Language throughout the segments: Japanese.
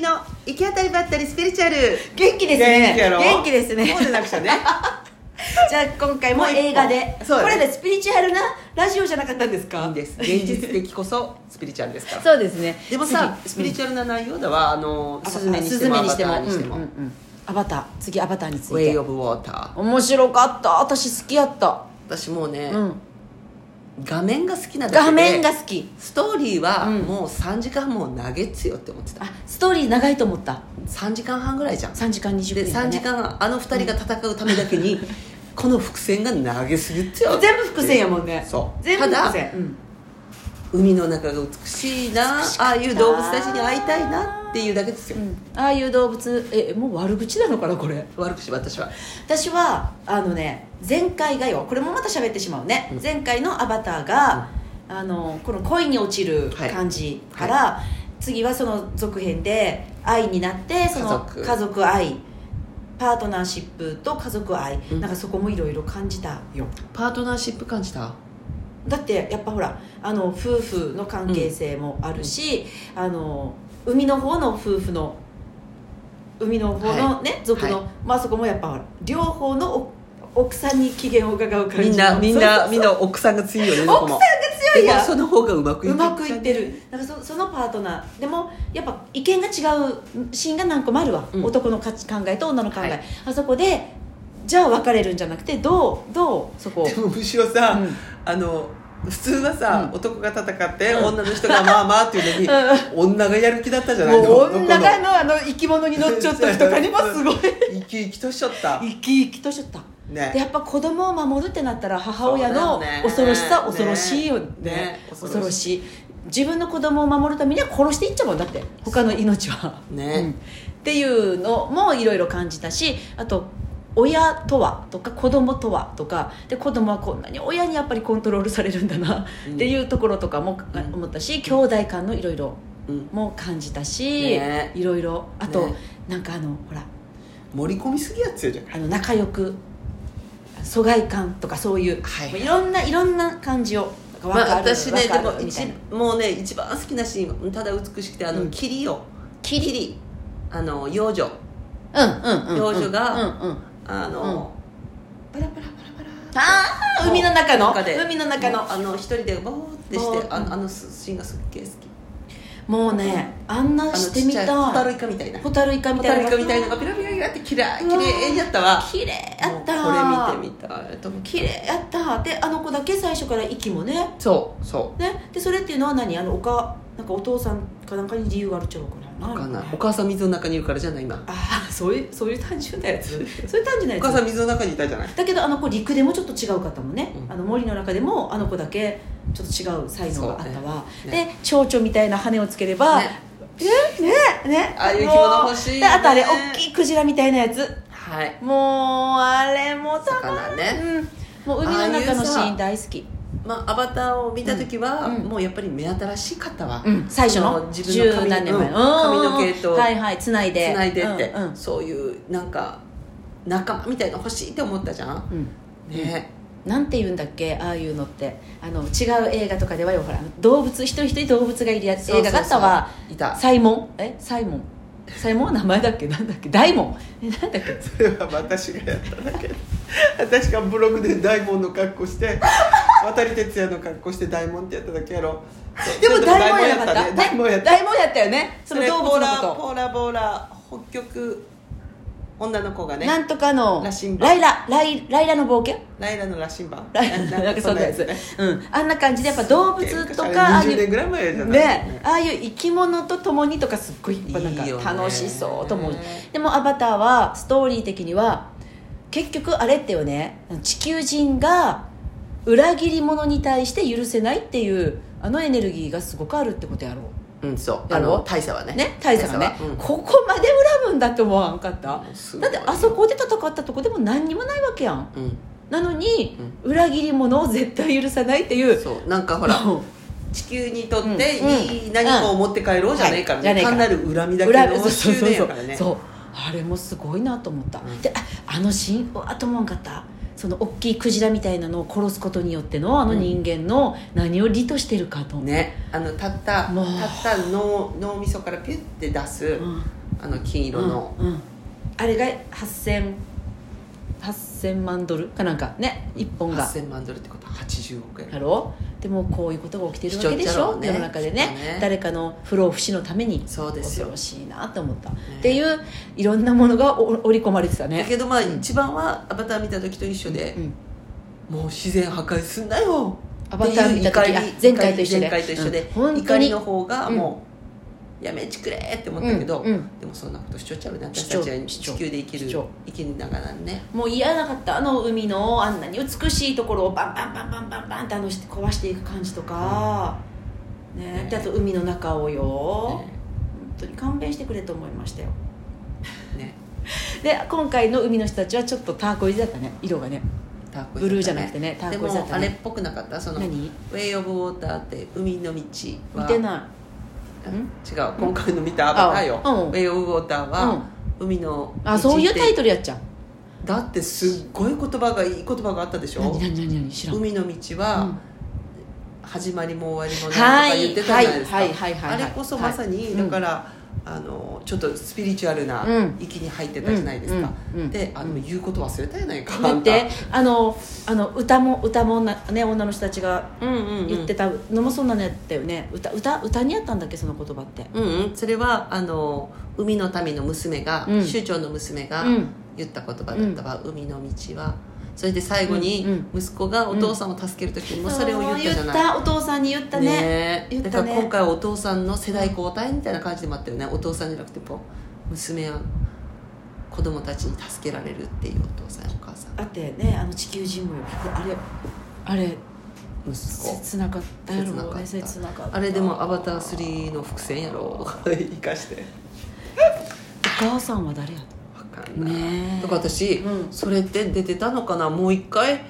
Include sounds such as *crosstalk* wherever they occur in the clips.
行き当たりばったりスピリチュアル元気ですね元気やろですねそうでなくちゃ *laughs* ねじゃあ今回も映画もうで一本そうこだねれでスピリチュアルなラジオじゃなかったんですかいいです現実的こそスピリチュアルですから *laughs* そうですねでもさ次スピリチュアルな内容だわあのアバタースズメにしてもアバタスズメにしてもーにしてもうんうんうんアバター次アバターについウェイ・てオブ・ウォーター面白かった私好きやった、私もうね、うん、画面が好きなだけで画面が好きストーリーはうんもう3時間もう投げっつよって思ってた、あストーリー長いと思った3時間半ぐらいじゃん3時間20で分、 3時間あの2人が戦うためだけ *laughs* に、この伏線が投げすぎってよ全部伏線やもんねそう全部伏ただ線、うん海の中が美しいなああいう動物たちに会いたいなっていうだけですよ、うんああいう動物えもう悪口なのかなこれ悪口私は私はあのね前回がよこれもまた喋ってしまうね、うん前回の「アバターが」あのこの恋に落ちるはい感じから、次はその続編で愛になってその家族家族愛パートナーシップと家族愛、うんなんかそこもいろいろ感じたよパートナーシップ感じただってやっぱほらあの夫婦の関係性もあるし、あの海の方の夫婦の海の方のね、族の、はまあそこもやっぱほら両方のお奥さんに機嫌を伺う感じみんなみんそうなそうみんな奥さんが強いよね奥さんが強いでもやその方がうまくいってうるまくいってるなんかそそのパートナーでもやっぱ意見が違うシーンが何個もあるわ、うん男の価値考えと女の考え、はいあそこでじゃあ別れるんじゃなくてどうどうそこをでもむしろさ、うんあの普通はさ、うん男が戦って、うん女の人がまあまあっていうのに、女がやる気だったじゃないのもう女が男ののあの生き物に乗っちゃった人か *laughs* にもすごい生き生きとしちゃった生き生きとしちゃったでねやっぱ子供を守るってなったら母親そのうだよね恐ろしさね恐ろしいよねね恐ろしい自分の子供を守るためには殺していっちゃうもんだって他の命はねうんっていうのもいろいろ感じたしあと親とはとか子供とはとかで子供はこんなに親にやっぱりコントロールされるんだなうんっていうところとかもうん思ったし、兄弟間のいろいろうんも感じたし、ねいろいろあと、ねなんかあのほら盛り込みすぎやつよじゃんあの仲良く疎外感とかそういう、はいもういろんないろんな感じをなんかまあ、わかる私ねでわかもるみた一いなもうね一番好きなシーンただ美しくてあの、うん霧よ霧あの幼女うんうんうんうん幼女がうんうんあの、パラパラパラパラあー海の中の中で海の中のあの一人でボーってしボてーあのあのシーンがすっげえ好きもうねあんなしてみたいあのちっちゃいホタルイカみたいなホタルイカみホたタいなルイカみたいなのがピラピラピラってきれいうんきれいにやったわ綺麗やったもうこれ見てみたいと思って綺麗やったであの子だけ最初から息もねそうそねでそれっていうのは何あのおかなんかお父さんかなんかに理由があるっちゃろうかうなわかんないお母さん水の中にいるからじゃない今ああそういうそういう単純なやつそういう単純なおや母さんつ水の中にいたじゃないだけどあの子陸でもちょっと違うかったもんね、うんあの森の中でもあの子だけちょっと違う才能があったわ、そうねねで蝶々みたいな羽をつければ、ねえねねああいう着物欲しいねもうであとあれ大きいクジラみたいなやつはいもうあれもたま魚ねうんもう海の中のシーン大好きまあ、アバターを見た時は、うんうんもうやっぱり目新しかったわ、うん最初あの自分の十髪何年前、うんうんうんうん髪の毛とはいはいつないでつないでって、うんうんそういうなんか仲間みたいなの欲しいって思ったじゃんうんねなんて言うんだっけああいうのってあの違う映画とかではよほら動物一人一人動物がいるやつそうそうそう映画があったわいたサイモンえサイモンサイモンは名前だっけなんだっけダイモンえなんだっけそれは私がやっただけ私がブログで大門の格好 *laughs* して渡哲也の格好して大門ってやっただけやろでもダイモンやなかったね大門やったダイモンやったよねそそのれ動ポ物ーのラこポーラボーラ北極女の子がとねなんとかの羅針盤ライラライライラの冒険ライラの羅針盤ライラなんかそんなやつねうんあんな感じでやっぱ動物とかああい20年うぐらい前じゃないね、ああいう生き物と共にとかすっごいやっぱなんいいよねか楽しそうと思うでも「アバター」はストーリー的には結局あれってよね地球人が裏切り者に対して許せないっていうあのエネルギーがすごくあるってことやろうんそうやあろの大佐はねね大佐がね、うんここまで恨むんだって思わんかったすごだっいてあそこで戦ったとこでも何にもないわけやんうんなのに、裏切り者を絶対許さないっていうそうなんかほ *laughs* らもう地球にとってうんいい何かを持って帰ろうじゃないからうんはいねじゃ単ねなえからる恨みだけ裏のそうそう執念そうそやうからねそうあれもすごいなと思った、うんでああのシーンうわっと思わんかったその大きいクジラみたいなのを殺すことによってのあの人間の何を利としてるかと、ねあのたったたもうった脳脳みそからピュッて出すうんあの金色の、うんうんあれが8000 8000万ドルかなんかね一本が8000万ドルってことは80億円だろうでもこういうことが起きてるわけでし貴重だろょ、うね世の中でねきっとね誰かの不老不死のためにそうですよ恐ろしいなと思った、っていういろんなものがお織り込まれてただねけどまあ一番はアバター見た時と一緒でう、んもう自然破壊すんなよアバター見た時っていうあ怒り前回と一緒で前回と一緒でうん本当に怒りの方がもうやめちくれって思ったけど、うんうんでもそんなことしちゃっちゃうねし私ちゃうたちはしちゃ地う球で生きるしちゃう生きながらねもう嫌なかったあの海のあんなに美しいところをバンバンバンバンバンバンってあのし壊していく感じとか、ねねであと海の中をよ、ね本当に勘弁してくれと思いましたよねで今回の海の人たちはちょっとターコイズだったね色がねターコイズだったねブルーじゃなくてねターでコイもズだったあれっねぽくなかったそのウ何ェイ・オブ・ウォーターって海の道見はてなうんん違う今回の見たアバターよ、あうんウェイ・オブ・ウォーターは海のい道あそういうタイトルルやっちゃうだってすっごい言葉がいい言葉があったでしょ何何何何知らん海の道うはん始まりも終わりもなはいとかい言ってたじゃないですか、はいはいはいはいあれこそまさに、はいだから、あのちょっとスピリチュアルなうん域に入ってたじゃないですか、うんうんであの言うこと忘れたやないかだってあんあのあの歌も歌もな、ね、女の人たちがたうんうんうん言ってたのもそんなのやったよね歌歌歌にあったんだっけその言葉ってうんうんそれはあの海の民の娘が、うん州長の娘がうん言った言葉だったわ、海の道はそれで最後にうん息子がお父さんを助ける時にもそれを言ったじゃない、言ったお父さんに言ったねねえ言ったねだから今回はお父さんの世代交代みたいな感じでもあったよねお父さんじゃなくてこう娘や子供たちに助けられるっていうお父さんやお母さんあってねあの地球人もよあれあれ息子切なかったやろ切なかうっねた切なかったあれでも「アバター3」の伏線やろ生かしてお母さんは誰やとわかんない、ねえだから私、うんそれって出てたのかなもう一回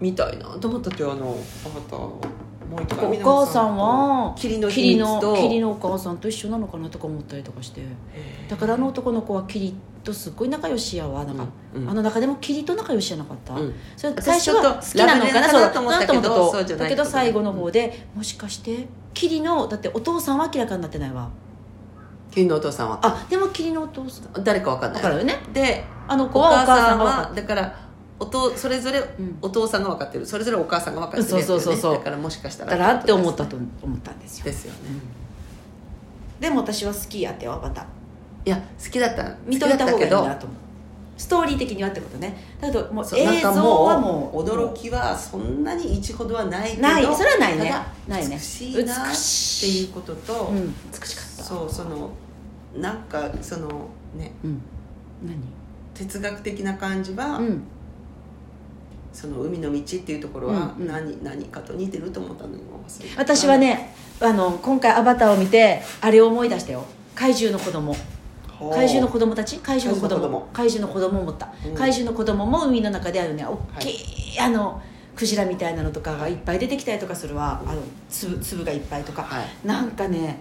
見たいなと思ったってあのアバターをもう一回お見直母ささんは霧の秘霧密のと霧のお母さんと一緒なのかなとか思ったりとかしてだからあの男の子は霧とすっごい仲良しやわなんか、うんうんあの中でも霧と仲良しやなかった、うんそれ最私初は好きなのかなちょっとラブレターそうだと思ったけどなんと思そうじゃないだけど最後の方で、もしかして霧のだってお父さんは明らかになってないわ君のお父さんはあでも霧のお父さん誰かわかんなだいからよねであのお子はお母母ささんんははだからおとそれぞれんお父さんが分かってる、それぞれお母さんが分かってるやつよね、そうそうそうそうだからもしかしたらだからって思ったと思ったんですよですよね、でも私は好きやってよまたいや好きだった見といた方がいい好きだなったけどと思うストーリー的にはってことねだけどもうそう映像はもうなんかもう驚きはそんなに一ほどはないけどないそれはないねただない美ねしいなって美しいいうことと、うん、美しかったそうそのなんかそのねうん哲学的な感じは、何うんその海の道っていうところはうんうん何,、何かと似てると思ったのにも忘れた私はねあの今回アバターを見てあれを思い出したよ怪獣の子供ほう怪獣の子供たち怪獣の子供怪獣の子供を持った、うん怪獣の子供も海の中であるね大きい、あのクジラみたいなのとかがいっぱい出てきたりとかするわあの粒粒がいっぱいとか、はいなんかね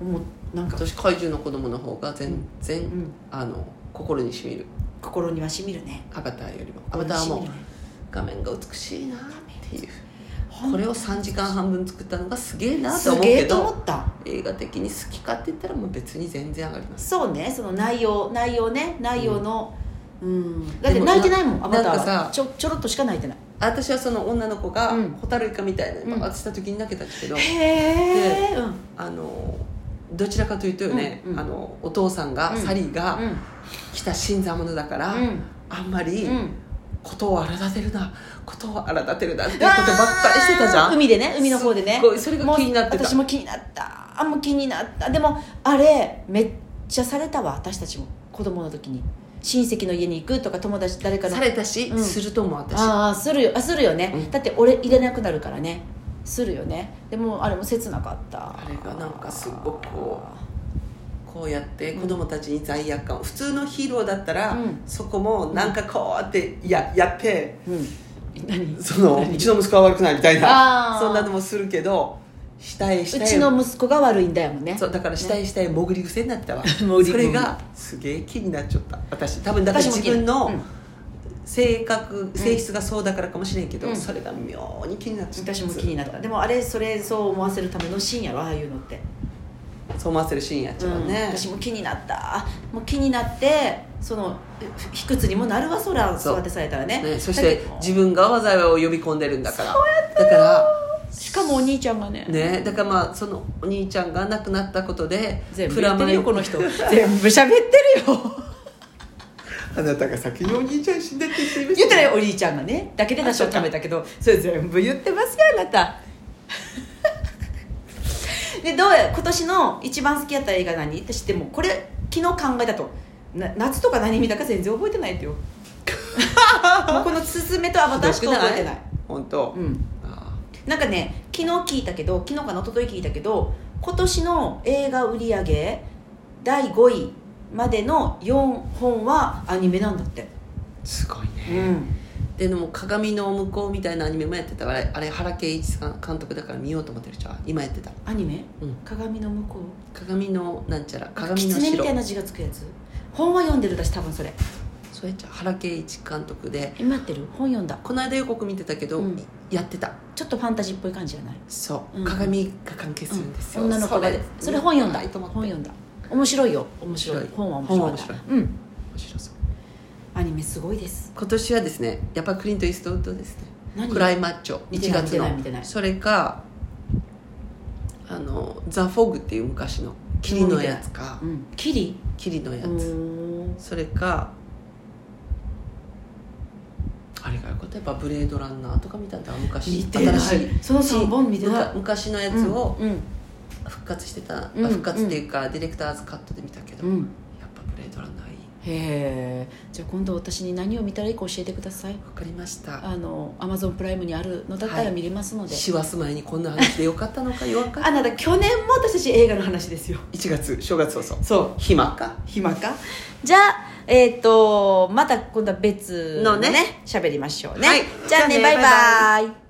もうなんか、私怪獣の子供の方が全然、うん、あの心にしみる心にはしみるねアバターよりもアバターはもしみうるね画面が美しいなっていうほんこれを3時間半分作ったのがすげえなとす思うげけえと思どった映画的に好きかって言ったらもう別に全然上がりますそうねその内容内容ね内容の、うん、だっでても泣いてないもんなアバターなんかさはちょちょろっとしか泣いてない私はその女の子がうんホタルイカみたいなうんバーッとした時に泣けたんですけど、へえ、うんあのどちらかというとよね、うんうんあのお父さんが、うんサリーがうん来た新参者だから、うんあんまりうんことを荒立てるなことを荒立てるなっていうことばっかりしてたじゃん海でね海の方でねすっごいそれが気になってもうた私も気になったあもう気になったでもあれめっちゃされたわ私たちも子供の時に親戚の家に行くとか友達誰かのされたし、うんするとも私ああするよあするよね、うんだって俺入れなくなるからねするよねでもあれも切なかったあれがなんかすごくここうやって子供たちに罪悪感を普通のヒーローだったら、うんそこもなんかこうやってややってうん *laughs* 何そ *laughs* のうちの息子は悪くないみたいあなーそんなのもするけどしたいしうたいちの息子が悪いんだよねそうだからしたいしたい潜り癖になってたわ *laughs* 潜りそれがすげえ気になっちゃった私多分だから私も自気に分のうん性格、性質がそうだからかもしれんけど、うんそれが妙に気になっちゃった私も気になったでもあれそれそう思わせるためのシーンやろああいうのってそう思わせるシーンやっちゃうね、うん私も気になったもう気になってそのえ卑屈にもなるわそらそう育てされたらねね、そしだけてど自分が災いを呼び込んでるんだからだからしかもお兄ちゃんがねねだからまあそのお兄ちゃんが亡くなったことで全部プ言ラってマるイよこ *laughs* の人全部喋ってるよあなたが先にお兄ちゃん死んだって言っていま言ったらお兄ちゃんがねだけで出汁を食べたけどそれ全部言ってますよあなた *laughs* でどうや今年の一番好きやった映画何って知ってもこれ昨日考えたとな夏とか何見たか全然覚えてないってよ *laughs* もうこの「すすめ」と「アバター」しか覚えてない本当、うんあなんかね昨日聞いたけど昨日かな一昨日聞いたけど今年の映画売り上げ第5位までの4本はアニメなんだってーすごいねうんででも「鏡の向こう」みたいなアニメもやってたからあれ原敬一さん監督だから見ようと思ってるじゃん今やってたアニメ、うん鏡の向こう鏡のなんちゃら鏡の狐み白たいな字がつくやつ本は読んでる私多分それそうやっちゃう原敬一監督で今ってる本読んだこの間予告見てたけど、うんやってたちょっとファンタジーっぽい感じじゃない、そう、うん鏡が関係するんですよ、うん女の子がそれねそれ本読んだ見たいと思本って面読んだ面白いよ面白い面白い本は面白い本は面白いうん白そうアニメすごいです今年はですねやっぱクリント・イーストウッドですね何クライマッチョ見て1ない月の見てない見てないそれかあのザ・フォグっていう昔のキリのやつかうんキリキリのやうつーんそれかあれがよかったやっぱブレードランナーとか見たんだ昔見てない新しいその三本見てむなかい昔のやつをうん復活してた、うん復活っていうか、ディレクターズカットで見たけど、うん、やっうんぱブレードランナーいいへえじゃあ今度私に何を見たらいいか教えてくださいわかりましたあのアマゾンプライムにあるのだったら見れますので、師走前にこんな話でよかったのか弱かったあなた去年も私たち映画の話ですよ1月正月早々そう暇か暇かじゃあえっ、とまた今度は別ののねね喋りましょうね、はいじゃあねじゃあねバイバイバイ